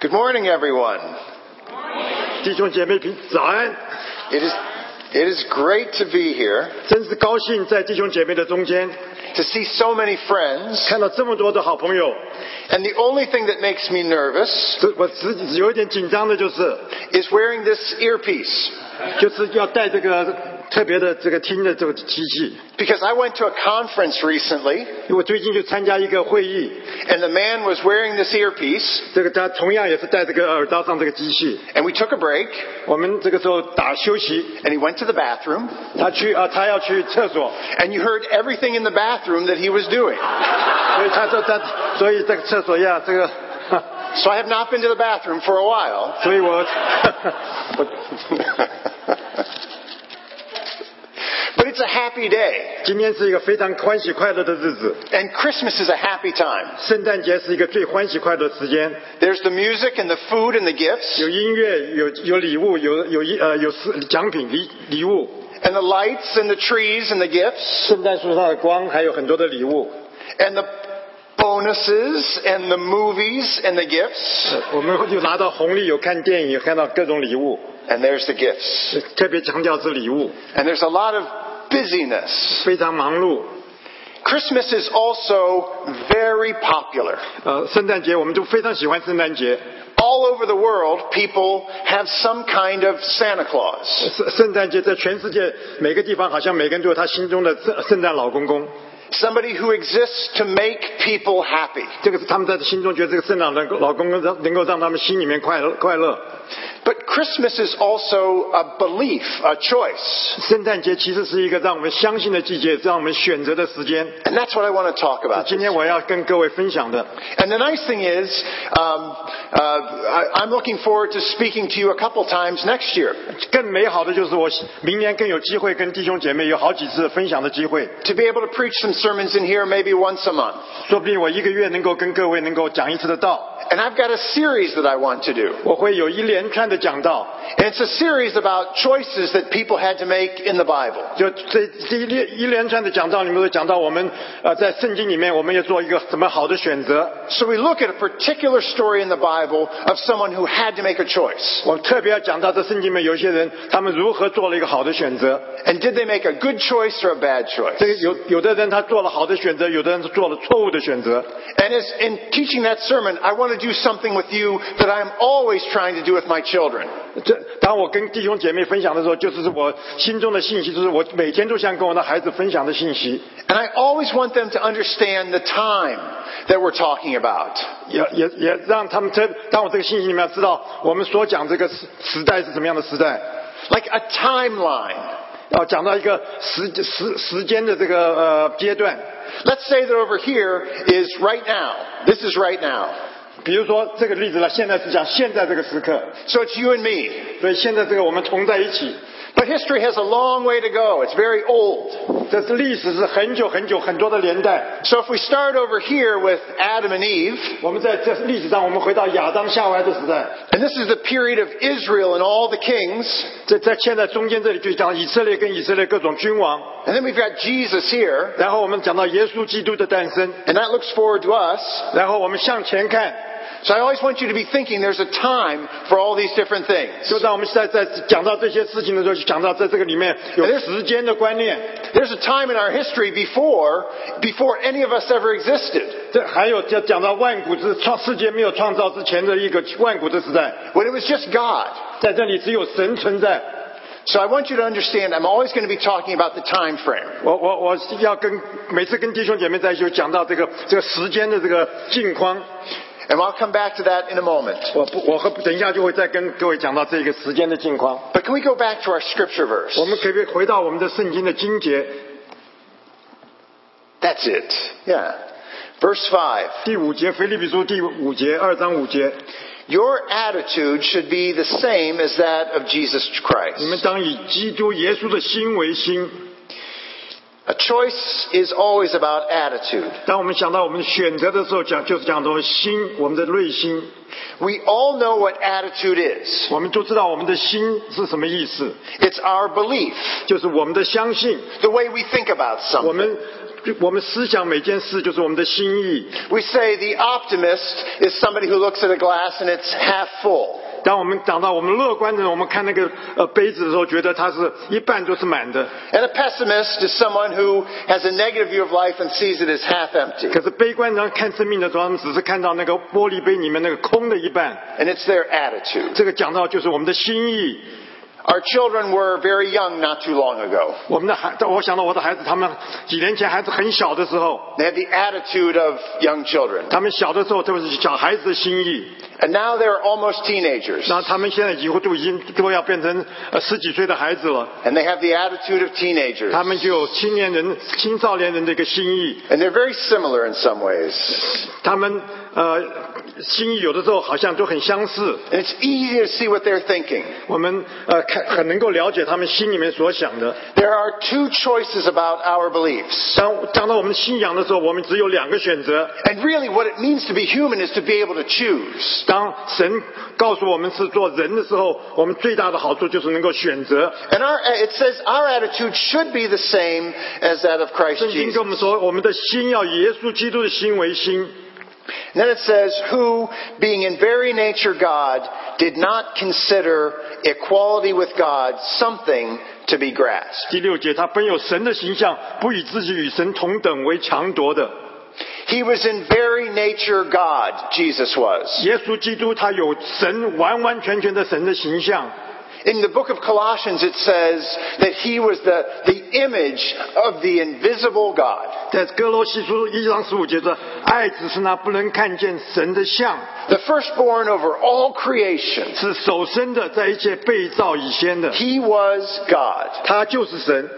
Good morning, everyone. 弟兄姐妹平早安， It is, it is great to be here, 真是高兴在弟兄姐妹的中间 to see so many friends. 看到这么多的好朋友。 And the only thing that makes me nervous 这我只只有一点紧张的就是， is wearing this earpiece 就是要带这个特别的这个听的这个机器。 because I went to a conference recently 因为我最近就参加一个会议， and the man was wearing this earpiece 这个他同样也是戴这个耳道上这个机器。 and we took a break 我们这个时候打休息， and he went to the bathroom 他去啊、他要去厕所， and you heard everything in the bathroom that he was doing. 所以他说他，所以这个厕所呀，这个， So I have not been to the bathroom for a while. 所以我 But it's a happy day, 今天是一个非常欢喜快乐的日子， and Christmas is a happy time. 圣诞节是一个最欢喜快乐的时间。 There's the music and the food and the gifts, 有音乐，有有礼物，有有一呃有是奖品礼礼物， and the lights and the trees and the gifts, 圣诞树上的光，还有很多的礼物。 and the bonuses and the movies and the gifts. 呃我们有拿到红利，有看电影，有看到各种礼物， And there's the gifts. 特别强调是礼物， And there's a lot of busyness. 非常忙碌。 Christmas is also very popular. 呃，圣诞节我们就非常喜欢圣诞节， All over the world, people have some kind of Santa Claus. 圣圣诞节在全世界每个地方，好像每个人都有他心中的圣圣诞老公公， Somebody who exists to make people happy. 这个是他们在心中觉得这个圣诞老老公公让能够让他们心里面快乐快乐。 But Christmas is also a belief, a choice. 圣诞节其实是一个让我们相信的季节，让我们选择的时间。 And that's what I want to talk about. 今天我要跟各位分享的， And the nice thing is, um, uh, I, I'm looking forward to speaking to you a couple times next year 更美好的就是我明年更有机会跟弟兄姐妹有好几次分享的机会， to be able to preach some sermons in here maybe once a month. 说不定我一个月能够跟各位能够讲一次的道， And I've got a series that I want to do. 我会有一连串的讲道， And it's a series about choices that people had to make in the Bible. 就这这一连一连串的讲道里面都讲到我们呃在圣经里面我们要做一个什么好的选择， So we look at a particular story in the Bible of someone who had to make a choice. 我特别要讲到这圣经里面有一些人他们如何做了一个好的选择， And did they make a good choice or a bad choice? 这个有有的人他做了好的选择，有的人是做了错误的选择。 And as in teaching that sermon, I want to do something with you that I'm always trying to do with my children. 这当我跟弟兄姐妹分享的时候，就是我心中的信息，就是我每天都想跟我的孩子分享的信息， And I always want them to understand the time that we're talking about. 也也也让他们真当我这个信息里面知道我们所讲这个时时代是什么样的时代， Like a timeline. 要讲到一个时时时间的这个呃阶段。 Let's say that over here is right now. This is right now. 比如说这个例子呢，现在是讲现在这个时刻， So it's you and me. 所以现在这个我们同在一起， But history has a long way to go. It's very old. 这是历史是很久很久很多的年代。 So if we start over here with Adam and Eve, 我们在这历史上，我们回到亚当夏娃的时代， and this is the period of Israel and all the kings, 在在现在中间这里就讲以色列跟以色列各种君王， and then we've got Jesus here, 然后我们讲到耶稣基督的诞生， and that looks forward to us. 然后我们向前看， So I always want you to be thinking there's a time for all these different things. 就让我们在在讲到这些事情的时候，就讲到在这个里面有时间的观念， There's a time in our history before before any of us ever existed 这还有要讲到万古之创世界没有创造之前的一个万古的时代， when it was just God. 在这里只有神存在。 So I want you to understand I'm always going to be talking about the time frame. 我我我要跟每次跟弟兄姐妹在一起就讲到这个这个时间的这个境况， And I'll come back to that in a moment. 我不我和等一下就会再跟各位讲到这个时间的境况。 But can we go back to our scripture 我 verse? 们可不可以回到我们的圣经的经节 That's it. Yeah. Verse 5. 第五节，腓立比书第五节二章五节， Your attitude should be the same as that of Jesus 你们 Christ. 当以基督耶稣的心为心， A choice is always about attitude. 当我们想到我们选择的时候，讲就是讲到心，我们的内心， We all know what attitude is. 我们就知道我们的心是什么意思， It's our belief, 就是我们的相信， the way we think about 我 something. 们我们思想每件事就是我们的心意。 We say the optimist is somebody who looks at a glass and it's half full. 当我们讲到我们乐观的人，我们看那个呃杯子的时候，觉得它是一半就是满的。 And a pessimist is someone who has a negative view of life and sees it as half empty. 可是悲观人看生命的时候，他们只是看到那个玻璃杯里面那个空的一半。 And it's their attitude. 这个讲到就是我们的心意， Our children were very young not too long ago. 我们的孩，我想到我的孩子，他们几年前还是很小的时候， They had the attitude of young children. 他们小的时候都是小孩子的心意， And now they're almost teenagers. 那他们现在以后都已经都要变成呃十几岁的孩子了， And they have the attitude of teenagers. 他们就有青年人、青少年人的一个心意， And they're very similar in some ways. 他们呃心意有的时候好像都很相似， And it's easy to see what they're thinking. 我们呃看很能够了解他们心里面所想的。 There are two choices about our beliefs. 当讲到我们信仰的时候，我们只有两个选择。 And really what it means to be human is to be able to choose. 当神告诉我们是做人的时候，我们最大的好处就是能够选择。 And our, uh, it says our attitude should be the same as that of Christ 圣经 Jesus. 跟我们说，我们的心要以耶稣基督的心为心。 And then it says, who, being in very nature God, did not consider equality with God something to be grasped. 第六节，他本有神的形象，不以自己与神同等为强夺的。 He was in very nature God, Jesus was. 耶稣基督他有神完完全全的神的形象。 In the book of Colossians, it says that he was the, the image of the invisible God. 在哥罗西书一章十五节说：“爱只是那不能看见神的像， The firstborn over all creation. 是手生的，在一切被造以先的， He was God. 他就是神。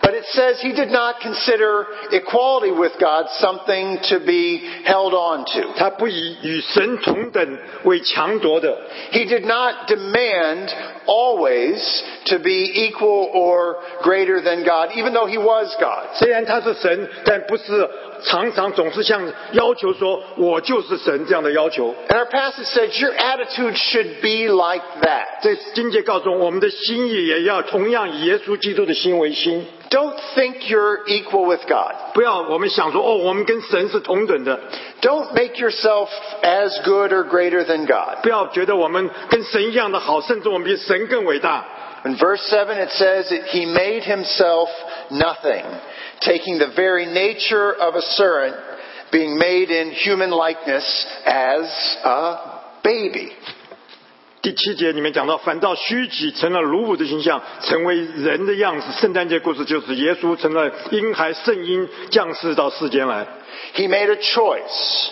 But it says he did not consider equality with God something to be held on to. 他不以与神同等为强夺的， He did not demand always to be equal or greater than God, even though he was God. 虽然他是神，但不是常常总是像要求说“我就是神”这样的要求。 And our passage says your attitude should be like that. 这经界告诉我们，我们的心意也要同样以耶稣基督的心为心， Don't think you're equal with God. 不要我们想说哦，我们跟神是同等的， Don't make yourself as good or greater than God. 不要觉得我们跟神一样的好，甚至我们比神更伟大。 In verse 7 it says that he made himself nothing, taking the very nature of a servant, being made in human likeness as a baby. 第七节里面讲到，反倒虚己成了鲁母的形象，成为人的样子。圣诞节故事就是耶稣成了婴孩圣婴降世到世间来。 He made a choice,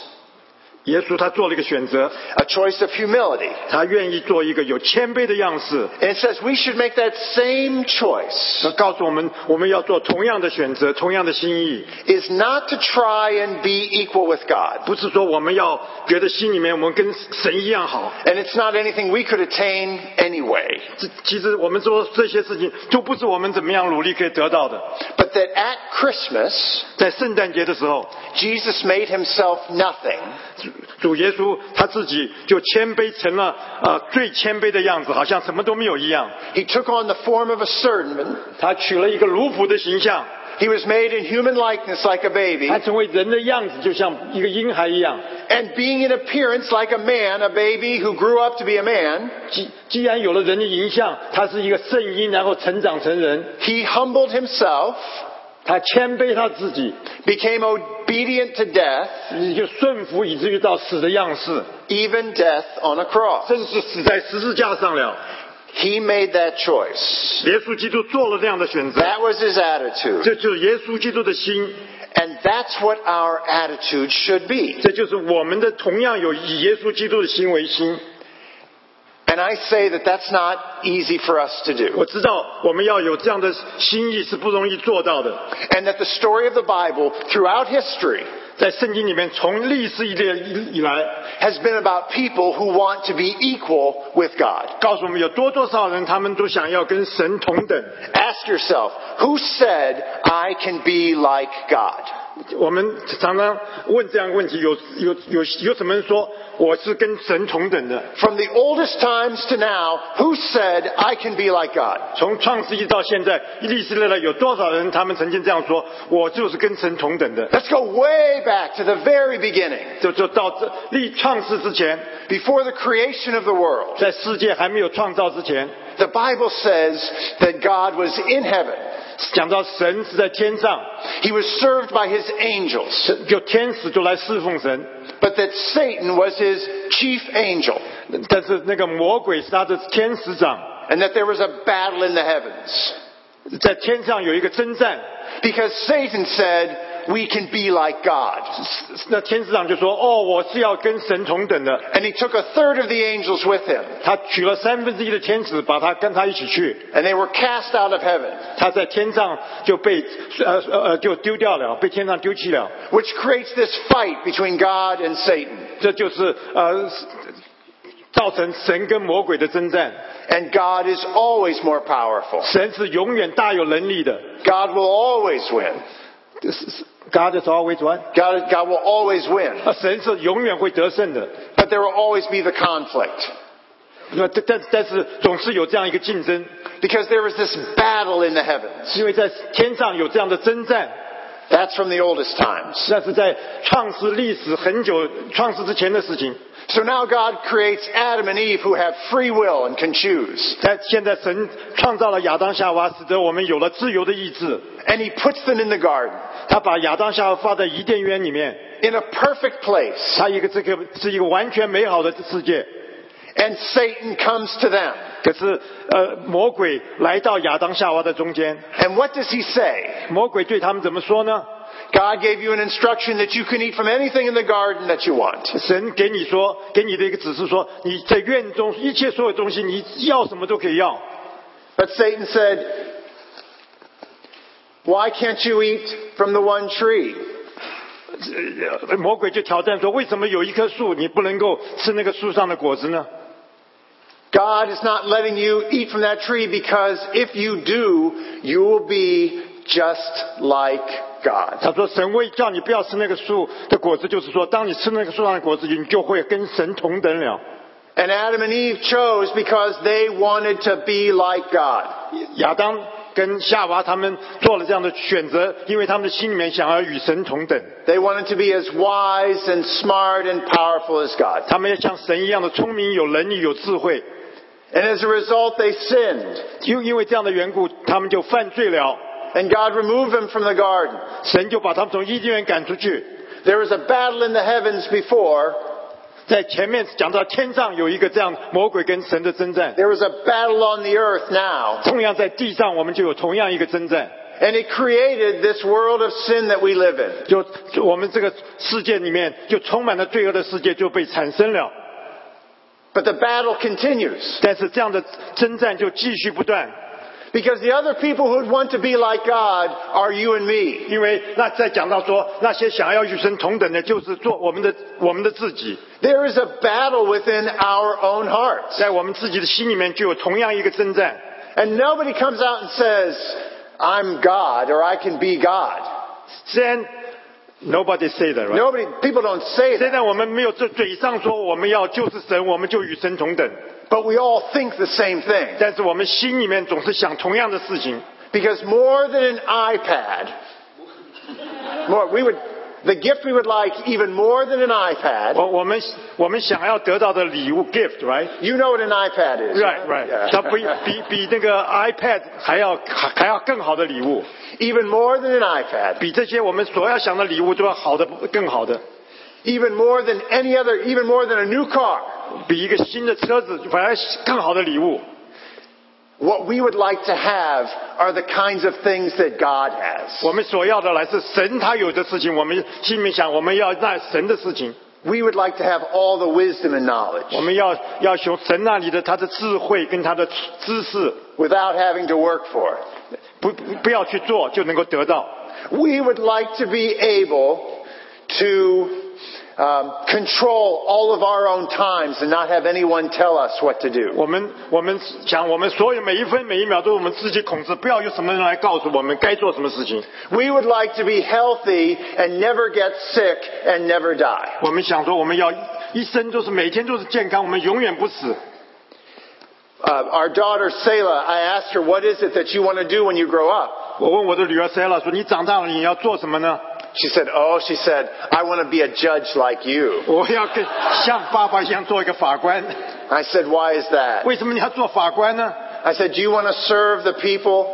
耶稣他做了一个选择， a choice of humility. 他愿意做一个有谦卑的样式。 And it says we should make that same 那 choice, 告诉我们，我们要做同样的选择，同样的心意， is not to try and be equal with God. 不是说我们要觉得心里面我们跟神一样好。 And it's not anything we could attain anyway. 这其实我们说这些事情，就不是我们怎么样努力可以得到的。 But that at Christmas, 在圣诞节的时候， Jesus made himself nothing. 主主耶稣他自己就谦卑成了呃最谦卑的样子，好像什么都没有一样。 He took on the form of a servant. 他取了一个奴仆的形象， He was made in human likeness like a baby, 他成为人的样子，就像一个婴孩一样。 and being in appearance like a man, a baby who grew up to be a man, 既既然有了人的形象，他是一个圣婴，然后成长成人， he humbled himself, 他谦卑他自己， became obedient to death, 就顺服以至于到死的样式， even death on a cross. 甚至死在十字架上了。 He made that choice. 耶稣基督做了这样的选择， That was his attitude. 这就是耶稣基督的心， And that's what our attitude should be. 这就是我们的同样有以耶稣基督的心为心。 And I say that that's not easy for us to do. 我知道我们要有这样的心意是不容易做到的。 And that the story of the Bible throughout history 在圣经里面，从历史以来以来， has been about people who want to be equal with God. 告诉我们有多多少人，他们都想要跟神同等。 Ask yourself, who said I can be like God? 我们常常问这样的问题：有有有有什么人说我是跟神同等的？ From the oldest times to now, who said I can be like God? 从创世纪到现在，历史历来有多少人他们曾经这样说：我就是跟神同等的？ Let's go way back to the very beginning, 就就到这立创世之前， before the creation of the world. 在世界还没有创造之前， The Bible says that God was in heaven. 讲到神是在天上， He was served by his angels, 有天使就来侍奉神， but that Satan was his chief angel, 但是那个魔鬼是他的天使长， and that there was a battle in the heavens. 在天上有一个征战， Because Satan said, we can be like God. 那天使长就说：“哦，我是要跟神同等的。” And he took a third of the angels with him, 他取了三分之一的天使，把他跟他一起去， and they were cast out of heaven, 他在天上就被呃呃呃就丢掉了，被天上丢弃了。 which creates this fight between God and Satan. 这就是呃造成神跟魔鬼的征战。 And God is always more powerful. 神是永远大有能力的。 God will always win. God is always one。 God, God will always win. 啊，神是永远会得胜的。 But there will always be the conflict. 那但但但是总是有这样一个竞争， Because there was this battle in the heavens. 因为在天上有这样的征战。 That's from the oldest times. 那是在创世历史很久创世之前的事情。 So now God creates Adam and Eve who have free will and can choose. 在现在神创造了亚当夏娃，使得我们有了自由的意志。 And he puts them in the garden 他把亚当夏娃放在伊甸园里面， in a perfect place. 他一个这个是一个完全美好的世界。 and Satan comes to them. 可是，呃，魔鬼来到亚当夏娃的中间， And what does he say? 魔鬼对他们怎么说呢？ God gave you an instruction that you can eat from anything in the garden that you want. 神给你说，给你的一个指示说，你在院中一切所有东西，你要什么都可以要。 But Satan said, Why can't you eat from the one tree? 呃魔鬼就挑战说，为什么有一棵树你不能够吃那个树上的果子呢？ God is not letting you eat from that tree because if you do, you will be just like God. 他说：“神会叫你不要吃那个树的果子，就是说，当你吃那个树上的果子，你就会跟神同等了。 And Adam and Eve chose because they wanted to be like God. 亚当跟夏娃他们做了这样的选择，因为他们的心里面想要与神同等， They wanted to be as wise and smart and powerful as God. 他们要像神一样的聪明、有能力、有智慧。 And as a result, they sinned. 因因为这样的缘故，他们就犯罪了。 And God removed them from the garden. 神就把他们从伊甸园赶出去。 There was a battle in the heavens before. 在前面讲到天上有一个这样魔鬼跟神的征战， There was a battle on the earth now. 同样在地上我们就有同样一个征战。” And it created this world of sin that we live in. 就就我们这个世界里面，就充满了罪恶的世界就被产生了。 But the battle continues. 但是这样的征战就继续不断， Because the other people who would want to be like God are you and me. 因为那再讲到说，那些想要与神同等的，就是做我们的我们的自己， There is a battle within our own hearts. 在我们自己的心里面就有同样一个征战。 And nobody comes out and says, I'm God or I can be God. 虽然 nobody say that，、right? Nobody, people don't say 虽 that, 然我们没有这嘴上说我们要就是神，我们就与神同等， but we all think the same thing. 但是我们心里面总是想同样的事情。 Because more than an iPad, more we would the gift we would like even more than an iPad. 我我们我们想要得到的礼物 gift，right？ You know what an iPad is. Right, right，它比 Yeah. 比比那个 iPad 还要还还要更好的礼物， even more than an iPad. 比这些我们所要想的礼物都要好的更好的， Even more than any other. Even more than a new car. 比一个新的车子反而更好的礼物。 What we would like to have are the kinds of things that God has. 我们所要的来是神他有的事情，我们心里面想我们要那神的事情， We would like to have all the wisdom and 我 knowledge 们要要求神那里的他的智慧跟他的知识， without having to work for it. 不不要去做就能够得到。 We would like to be able to um, control all of our own times and not have anyone tell us what to do. 我们我们想，我们所有每一分每一秒都是我们自己控制，不要有什么人来告诉我们该做什么事情。 We would like to be healthy and never get sick and never die. 我们想说，我们要一生就是每天都是健康，我们永远不死。 Uh, our daughter Selah, I asked her, what is it that you want to do when you grow up? 我问我的女儿 Sara 说：“你长大了你要做什么呢？” She said, oh, she said, I want to be a judge like you. 我要跟像爸爸一样做一个法官。 I said, why is that? 为什么你要做法官呢？ I said, do you want to serve the people?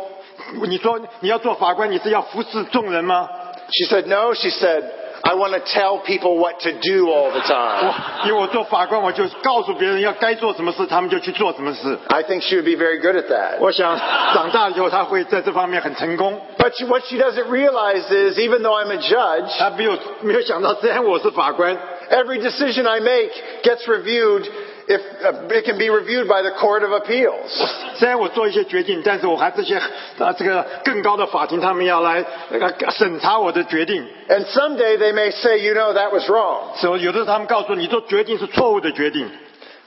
你说你要做法官，你是要服侍众人吗？ She said, no, she said, I want to tell people what to do all the time. 我因为我做法官，我就告诉别人要该做什么事，他们就去做什么事。 I think she would be very good at that. 我想长大以后他会在这方面很成功。 But she, what she doesn't realize is, even though I'm a judge, 他没有没有想到，虽然我是法官， every decision I make gets reviewed. If uh, it can be reviewed by the Court of Appeals, 虽然我做一些决定，但是我还这些啊这个更高的法庭他们要来呃审查我的决定。 and someday they may say, you know, that was wrong. 所以有的时候他们告诉你做决定是错误的决定。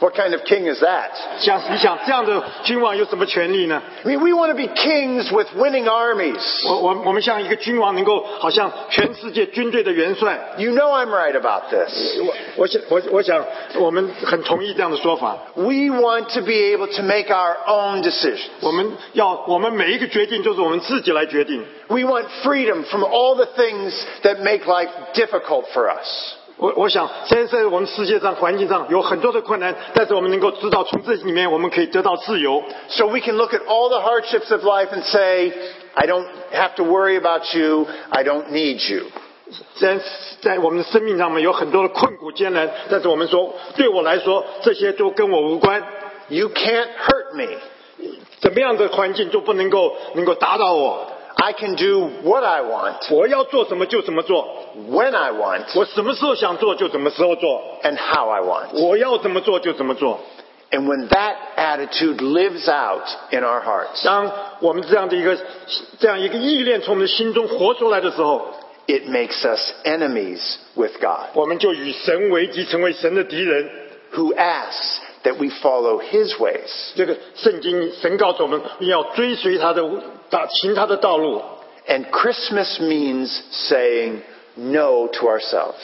What kind of king is that? 想你想这样的君王有什么权利呢？ I mean, we want to be kings with winning armies. 我我我们像一个君王，能够好像全世界军队的元帅。 You know I'm right about this. 我我想我我想我们很同意这样的说法。 We want to be able to make our own decisions. 我们要我们每一个决定就是我们自己来决定。 We want freedom from all the things that make life difficult for us. 我我想，虽然在我们世界上环境上有很多的困难，但是我们能够知道，从这里面我们可以得到自由。 So we can look at all the hardships of life and say, I don't have to worry about you. I don't need you. 虽然在我们的生命上面有很多的困苦艰难，但是我们说，对我来说，这些都跟我无关。 You can't hurt me. 怎么样的环境就不能够能够打倒我？ I can do what I want, 我要做什么就怎么做， when I want, 我什么时候想做就怎么时候做， and how I want. 我要怎么做就怎么做。 And when that attitude lives out in our hearts, 当我们这样的一个这样一个意念从我们的心中活出来的时候， it makes us enemies with God, 我们就与神为敌，成为神的敌人。 who asks that we follow His ways 这个圣经神告诉我们，要追随他的打行他的道路。 And Christmas means saying no to ourselves.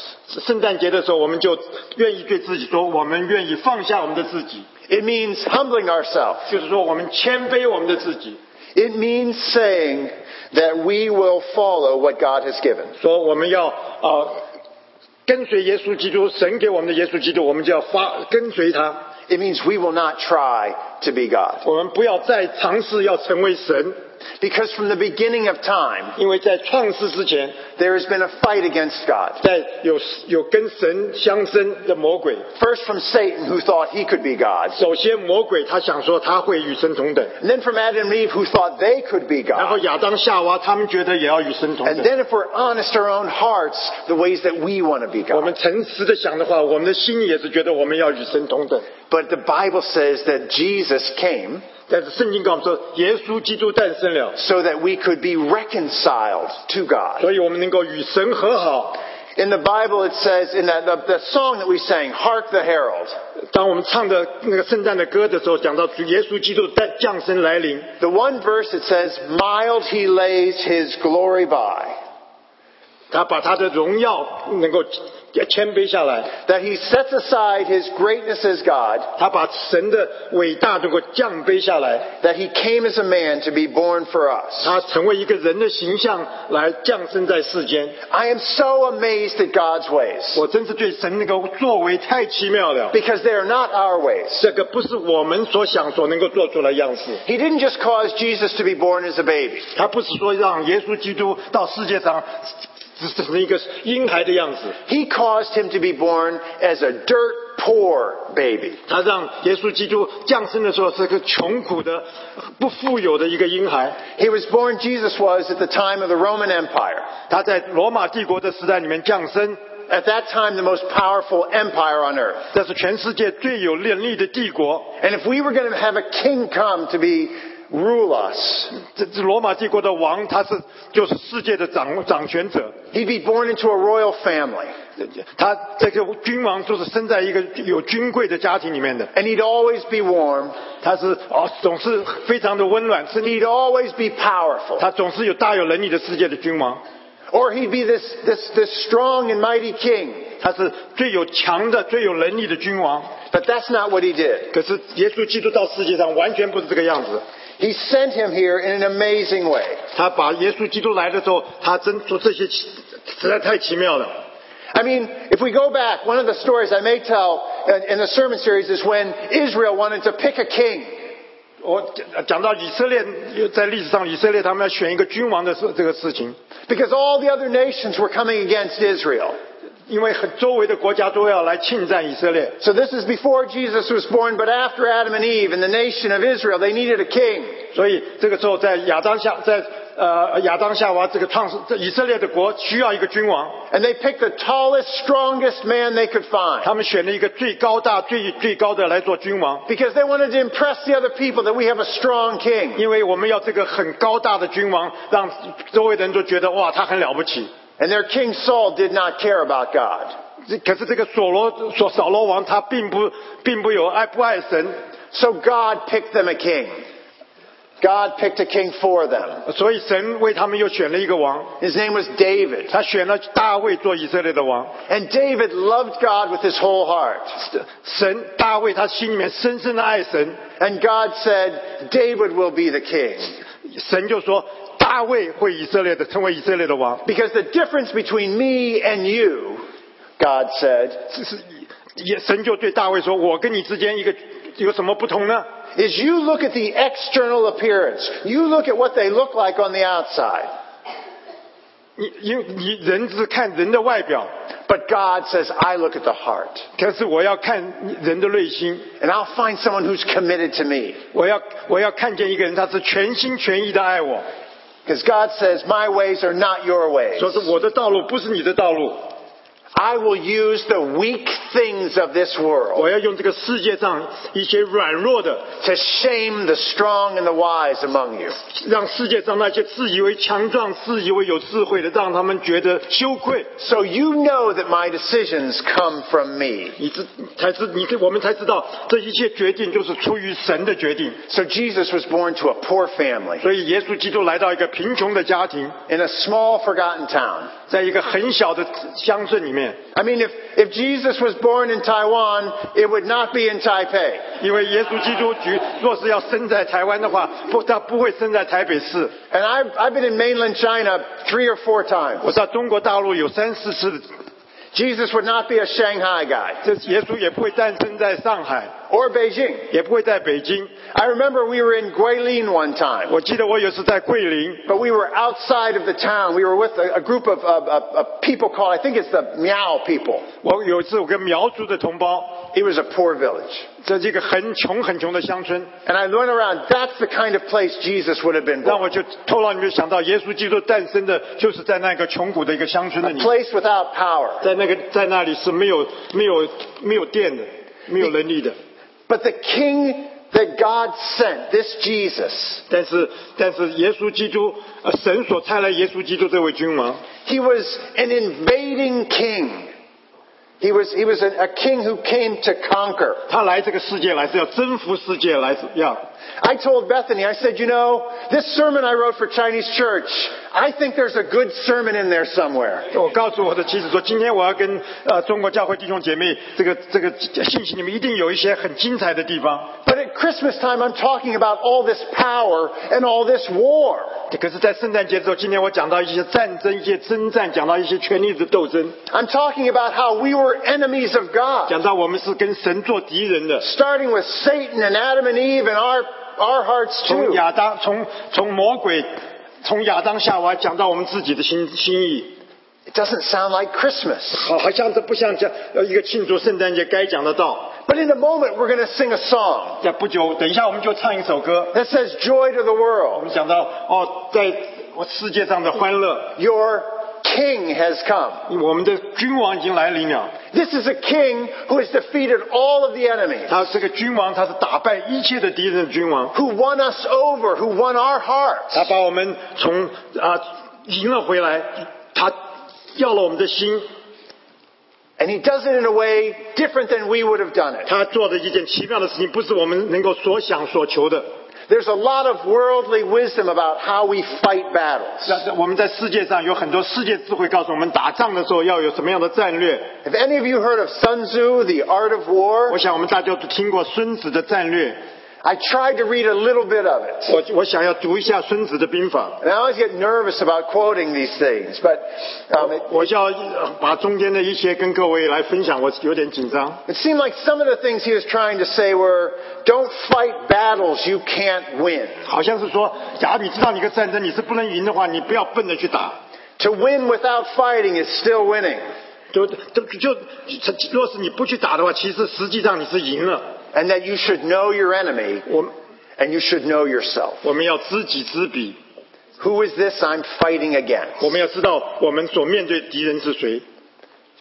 圣诞节的时候，我们就愿意对自己说，我们愿意放下我们的自己， It means humbling ourselves. 就是说我们谦卑我们的自己， It means saying that we will follow what God has given. 说我们要呃跟随耶稣基督，神给我们的耶稣基督，我们就要发跟随他， It means we will not try to be God. 我们不要再尝试要成为神， Because from the beginning of time, 因为在创世之前， there has been a fight against God. 在有有跟神相争的魔鬼。 First from Satan, who thought he could be God. 首先，魔鬼他想说他会与神同等， And then from Adam and Eve, who thought they could be 然后 God. 亚当夏娃他们觉得也要与神同 And 等。 then if we're honest our own hearts, the ways that we want to be 我 God. 们诚实的想的话，我们的心也是觉得我们要与神同等。 But the Bible says that Jesus came 但是圣经告诉我们说，耶稣基督诞生了， so that we could be reconciled to God. 所以我们能够与神和好。 In the Bible, it says in that the, the song that we sang, "Hark the Herald," 当我们唱的那个圣诞的歌的时候，讲到耶稣基督诞降生来临， the one verse that says, "Mild He lays His glory by," 他把他的荣耀能够谦卑下来， that He sets aside His greatness as God, 他把神的伟大能够降卑下来， that He came as a man to be born for us. 他成为一个人的形象来降生在世间。 I am so amazed at God's ways 我真是对神那个作为太奇妙了， because they are not our ways. 这个不是我们所想所能够做出来样式。 He didn't just cause Jesus to be born as a baby. 他不是说让耶稣基督到世界上只只是一个婴孩的样子， He caused him to be born as a dirt poor baby. 他让耶稣基督降生的时候是个穷苦的、不富有的一个婴孩。 He was born, Jesus was, at the time of the Roman Empire. 他在罗马帝国的时代里面降生， At that time, the most powerful empire on earth. 这是全世界最有能力的帝国。 And if we were going to have a king come to be rule us. 这这罗马帝国的王，他是就是世界的掌掌权者， He'd be born into a royal family, 他这个君王就是生在一个有军贵的家庭里面的， and he'd always be warm. 他是哦总是非常的温暖，是 He'd always be powerful. 他总是有大有能力的世界的君王， Or he'd be this, this, this strong and mighty king. 他是最有强的、最有能力的君王。 But that's not what he did. 可是耶稣基督到世界上完全不是这个样子， He sent him here in an amazing way. 他把耶稣基督来的时候，他真做这些奇实在太奇妙了。 I mean, if we go back, one of the stories I may tell in, in the sermon series is when Israel wanted to pick a king. 我讲讲到以色列，在历史上以色列他们要选一个君王的事这个事情， Because all the other nations were coming against Israel. 因为很周围的国家都要来侵占以色列， So this is before Jesus was born, but after Adam and Eve and the nation of Israel, they needed a king. 所以这个时候在亚当夏在呃亚当夏娃这个创世这以色列的国需要一个君王， And they picked the tallest, strongest man they could find. 他们选了一个最高大最最高的来做君王， Because they wanted to impress the other people that we have a strong king. 因为我们要这个很高大的君王，让周围的人都觉得哇，他很了不起。 And their king Saul did not care about God. 这可是这个所罗所扫罗王他并不并不有爱不爱神， So God picked them a king. God picked a king for them. 所以神为他们又选了一个王， His name was David. 他选了大卫做以色列的王。 And David loved God with his whole heart. 神大卫他心里面深深的爱神， And God said, David will be the king. 神就说大卫会以色列的成为以色列的王。 Because the difference between me and you, God said, 这是也神就对大卫说，我跟你之间一个有什么不同呢？ is you look at the external appearance. You look at what they look like on the outside. 你因你人只看人的外表， But God says, I look at the heart. 可是我要看人的内心， And I'll find someone who's committed to me. 我要我要看见一个人，他是全心全意的爱我， Because God says, my ways are not your ways. 说是我的道路不是你的道路， I will use the weak things of this world 我要用这个世界上一些软弱的， to shame the strong and the wise among you. 让世界上那些自以为强壮、自以为有智慧的，让他们觉得羞愧。 So you know that my decisions come from me. 你知才知你我们才知道这一切决定就是出于神的决定。 So Jesus was born to a poor family 所以耶稣基督来到一个贫穷的家庭， in a small, forgotten town. 在一个很小的乡镇里面， I mean, if, if Jesus was born in Taiwan, it would not be in Taipei. 因为耶稣基督局若是要生在台湾的话，不，他不会生在台北市。 And I've, I've been in mainland China three or four 我 times. 到中国大陆有三四次的， Jesus would not be a Shanghai guy 这耶稣也不会诞生在上海， or Beijing. 也不会在北京。 I remember we were in Guilin one time. 我记得我有一次在桂林， But we were outside of the town. We were with a, a group of, of, of, of people called, I think it's the Miao people. 我有一次我跟苗族的同胞， It was a poor village. 这是一个很穷很穷的乡村， And I went around. That's the kind of place Jesus would have been 让 born. 我就头脑里面想到，耶稣基督诞生的就是在那个穷苦的一个乡村的 A 里， place without power. 在那个在那里是没有没有没有电的，没有能力的。 But the king that God sent, this Jesus, 但是但是耶稣基督，呃，神所差来耶稣基督这位君王， he was an invading king. He was, he was a, a king who came to conquer. 他来这个世界来是要征服世界来要。 I told Bethany, I said, you know, this sermon I wrote for Chinese church, I think there's a good sermon in there somewhere. 我告诉我的妻子说，今天我要跟呃中国教会弟兄姐妹这个这个信息里面一定有一些很精彩的地方。 But at Christmas time, I'm talking about all this power and all this war. 可是，在圣诞节之后，今天我讲到一些战争、一些征战，讲到一些权力的斗争， I'm talking about how we were enemies of God, 讲到我们是跟神做敌人的。 starting with Satan and Adam and Eve and our, our hearts 从 too. 亚当，从从魔鬼，从亚当夏娃，讲到我们自己的心心意。 It doesn't sound like Christmas. 好，好像这不像讲呃一个庆祝圣诞节该讲的道。 But in a moment, we're going to sing a song 在不久，等一下我们就唱一首歌， that says, Joy to the 我 world. 们讲到哦，在我世界上的欢乐， Your king has come. 我们的君王已经来临了。 This is a king who has defeated all of the enemies, 他是个君王，他是打败一切的敌人的君王， who won us over, who won our hearts. 他把我们从啊赢了回来，他要了我们的心， And he does it in a way different than we would have done it. 他做的一件奇妙的事情，不是我们能够所想所求的。 There's a lot of worldly wisdom about how we fight battles. 那我们在世界上有很多世界智慧告诉我们，打仗的时候要有什么样的战略。 Have any of you heard of Sun Tzu, The Art of 我 War? 想我们大家都听过孙子的战略， I tried to read a little bit of it. 我我想要读一下孙子的兵法， And I always get nervous about quoting these things, but um, it, 我就要呃把中间的一些跟各位来分享，我有点紧张。 it seemed like some of the things he was trying to say were don't fight battles you can't win. 好像是说，假如你知道你个战争你是不能赢的话，你不要笨的去打。 To win without fighting is still winning. 就就就，就若是你不去打的话，其实实际上你是赢了。 And that you should know your enemy 我 and you should know yourself. 我们要知己知彼， Who is this I'm fighting against? 我们要知道我们所面对敌人是谁。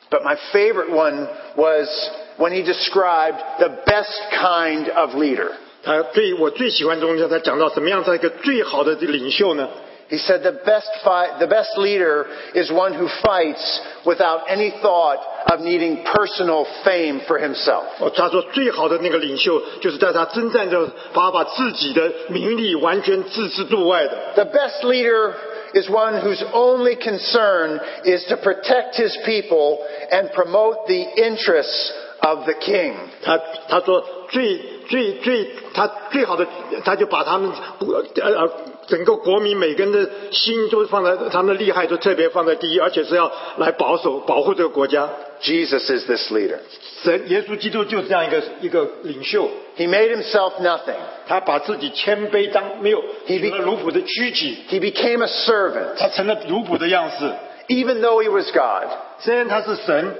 But my favorite one was when he described the best kind of leader. 他最我最喜欢中间他讲到什么样的一个最好的领袖呢？ He said the best fight, the best leader is one who fights without any thought of needing personal fame for himself. 哦，他说最好的那个领袖就是在他征战中，把把自己的名利完全置之度外的。 The best leader is one whose only concern is to protect his people and promote the interests of the king. 他他说最最最他最好的，他就把他们呃呃整个国民每个人的心都放在他们的利害都特别放在第一，而且是要来保守保护这个国家。 Jesus is this leader. 神耶稣基督就是这样一个一个领袖， He made himself nothing. 他把自己谦卑当没有， He be- 成了奴仆的躯体， He became a servant, 他成了奴仆的样式。 even though he was God. 虽然他是神，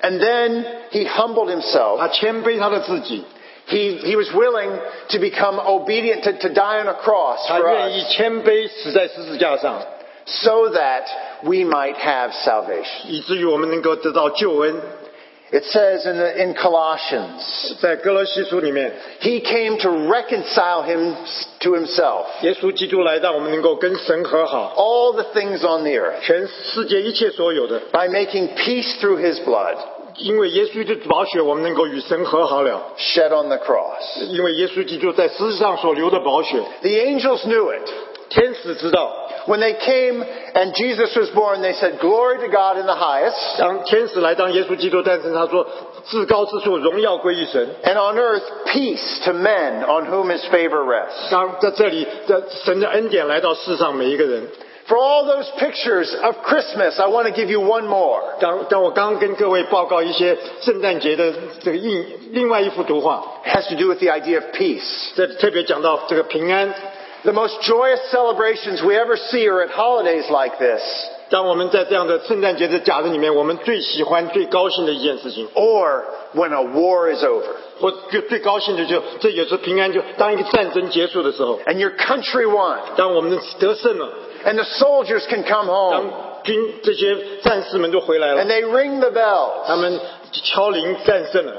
And then he humbled himself. 他谦卑他的自己， He, he was willing to become obedient, to, to die on a cross 他 for 愿 us. 意谦卑死在十字架上， so that we might have salvation. 以至于我们能够得到救恩。 It says in, the, in Colossians, 在哥罗西书里面， He came to reconcile him to Himself, 耶稣基督来，让我们能够跟神和好， all the things on the earth, 全世界一切所有的， by making peace through His blood 因为耶稣基督宝血，我们能够与神和好了。 shed on the cross. 因为耶稣基督在世上所流的宝血， The angels knew it. 天使知道。 When they came and Jesus was born, they said, Glory to God in the highest, 当天使来当耶稣基督诞生，他说：“至高之处，荣耀归于神。 and on earth, peace to men on whom His favor rests. ”当在这里，在神的恩典来到世上每一个人。 For all those pictures of Christmas, I want to give you one more. 当当我刚刚跟各位报告一些圣诞节的这个印另外一幅图画， It has to do with the idea of peace. 这特别讲到这个平安。 The most joyous celebrations we ever see are at holidays like this, 当我们在这样的圣诞节的假日里面，我们最喜欢、最高兴的一件事情， or when a war is over 或最最高兴的就这也是平安就，当一个战争结束的时候， and your country won 当我们得胜了， and the soldiers can come home 当军这些战士们都回来了 and，they ring the bells. 他们敲铃战胜了。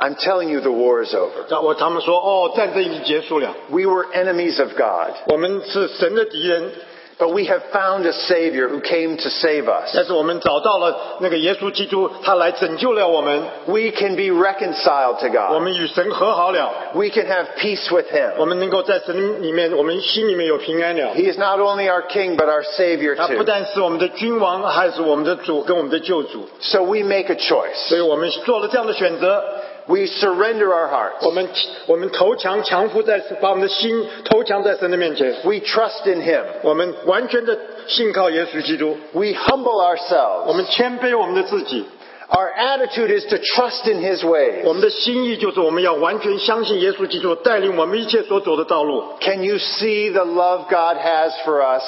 I'm telling you, the war is over. 然后他们说：“哦，战争已经结束了， We were enemies of God, 我们是神的敌人， but we have found a Savior who came to save us. 但是我们找到了那个耶稣基督，他来拯救了我们， We can be reconciled to 我 God. 们与神和好了， We can have peace with Him. 我们能够在神里面，我们心里面有平安了。” He is not only our King, but our Savior 他不 too. 但是我们的君王，还是我们的主跟我们的救主， So we make a 所 choice. 以我们做了这样的选择， We surrender our hearts. 我们我们投降，降服在把我们的心投降在神的面前， We trust in Him. 我们完全的信靠耶稣基督， We humble 我 ourselves. 们谦卑我们的自己， Our attitude is to trust in His ways. 我们的心意就是我们要完全相信耶稣基督带领我们一切所走的道路。 Can you see the love God has for us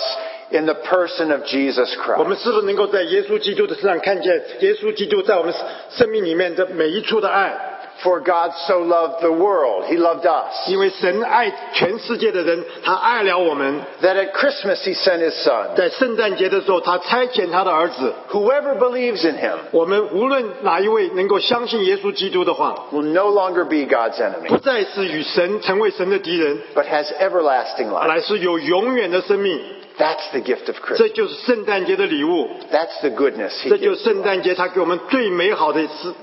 in the person of Jesus 我 Christ? 们是不是能够在耶稣基督的身上看见耶稣基督在我们生命里面的每一处的爱？ For God so loved the world, He loved us, 因为神爱全世界的人，他爱了我们。 that at Christmas He sent His Son. 在圣诞节的时候，他差遣他的儿子。 Whoever believes in Him 我们无论哪一位能够相信耶稣基督的话， will no longer be God's enemy, 不再是与神成为神的敌人， but has everlasting life. 而来是有永远的生命。 That's the gift of 这 Christmas. 就是圣诞节的礼物， That's the goodness He 这就 gives. 是圣诞节他给我们最美好的事。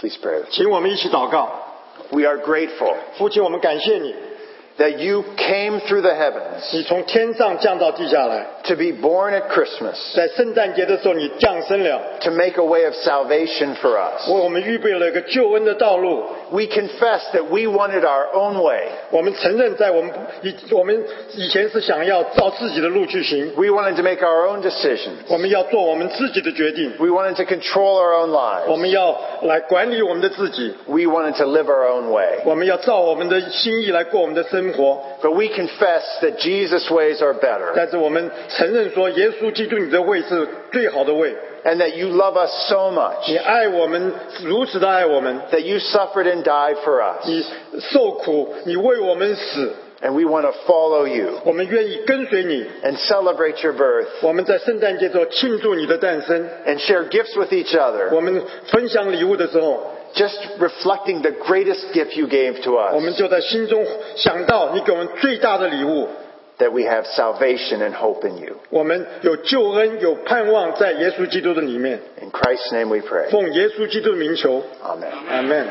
Please pray with me. 请我们一起祷告， We are grateful 父亲，我们感谢你， that you came through the heavens 你从天上降到地下来， to be born at Christmas, 在圣诞节的时候你降生了， to make a way of salvation for us. 为我们预备了一个救恩的道路。 We confess that we wanted our own way. 我们承认，在我们以我们以前是想要照自己的路去行， We wanted to make our own decisions. 我们要做我们自己的决定， We wanted to control our own 我 lives. 们要来管理我们的自己， We wanted to live our own way. 我们要照我们的心意来过我们的生活。 But we confess that Jesus' ways are better 但是我们承认说，耶稣基督你的位是最好的位， and that you love us so much 你爱我们如此的爱我们， that you suffered and died for us. 你受苦，你为我们死， And we want to follow you 我们愿意跟随你。 and celebrate your birth 我们在圣诞节的时候庆祝你的诞生， and share gifts with each other. 我们分享礼物的时候， Just reflecting the greatest gift you gave to 我们 us 就在心中想到你给我们最大的礼物， that we have salvation and hope in you. 我们有救恩，有盼望在耶稣基督的里面。 In Christ's name we pray. 奉耶稣基督的名求， Amen. 阿门。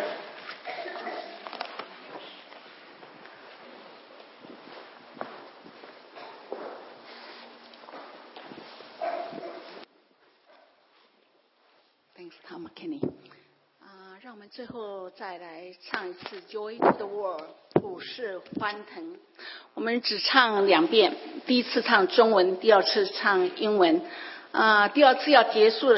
Thanks, Tom McKinney。啊，让我们最后再来唱一次《Joy to the World》，普世欢腾。我们只唱两遍，第一次唱中文，第二次唱英文。啊、第二次要结束的时候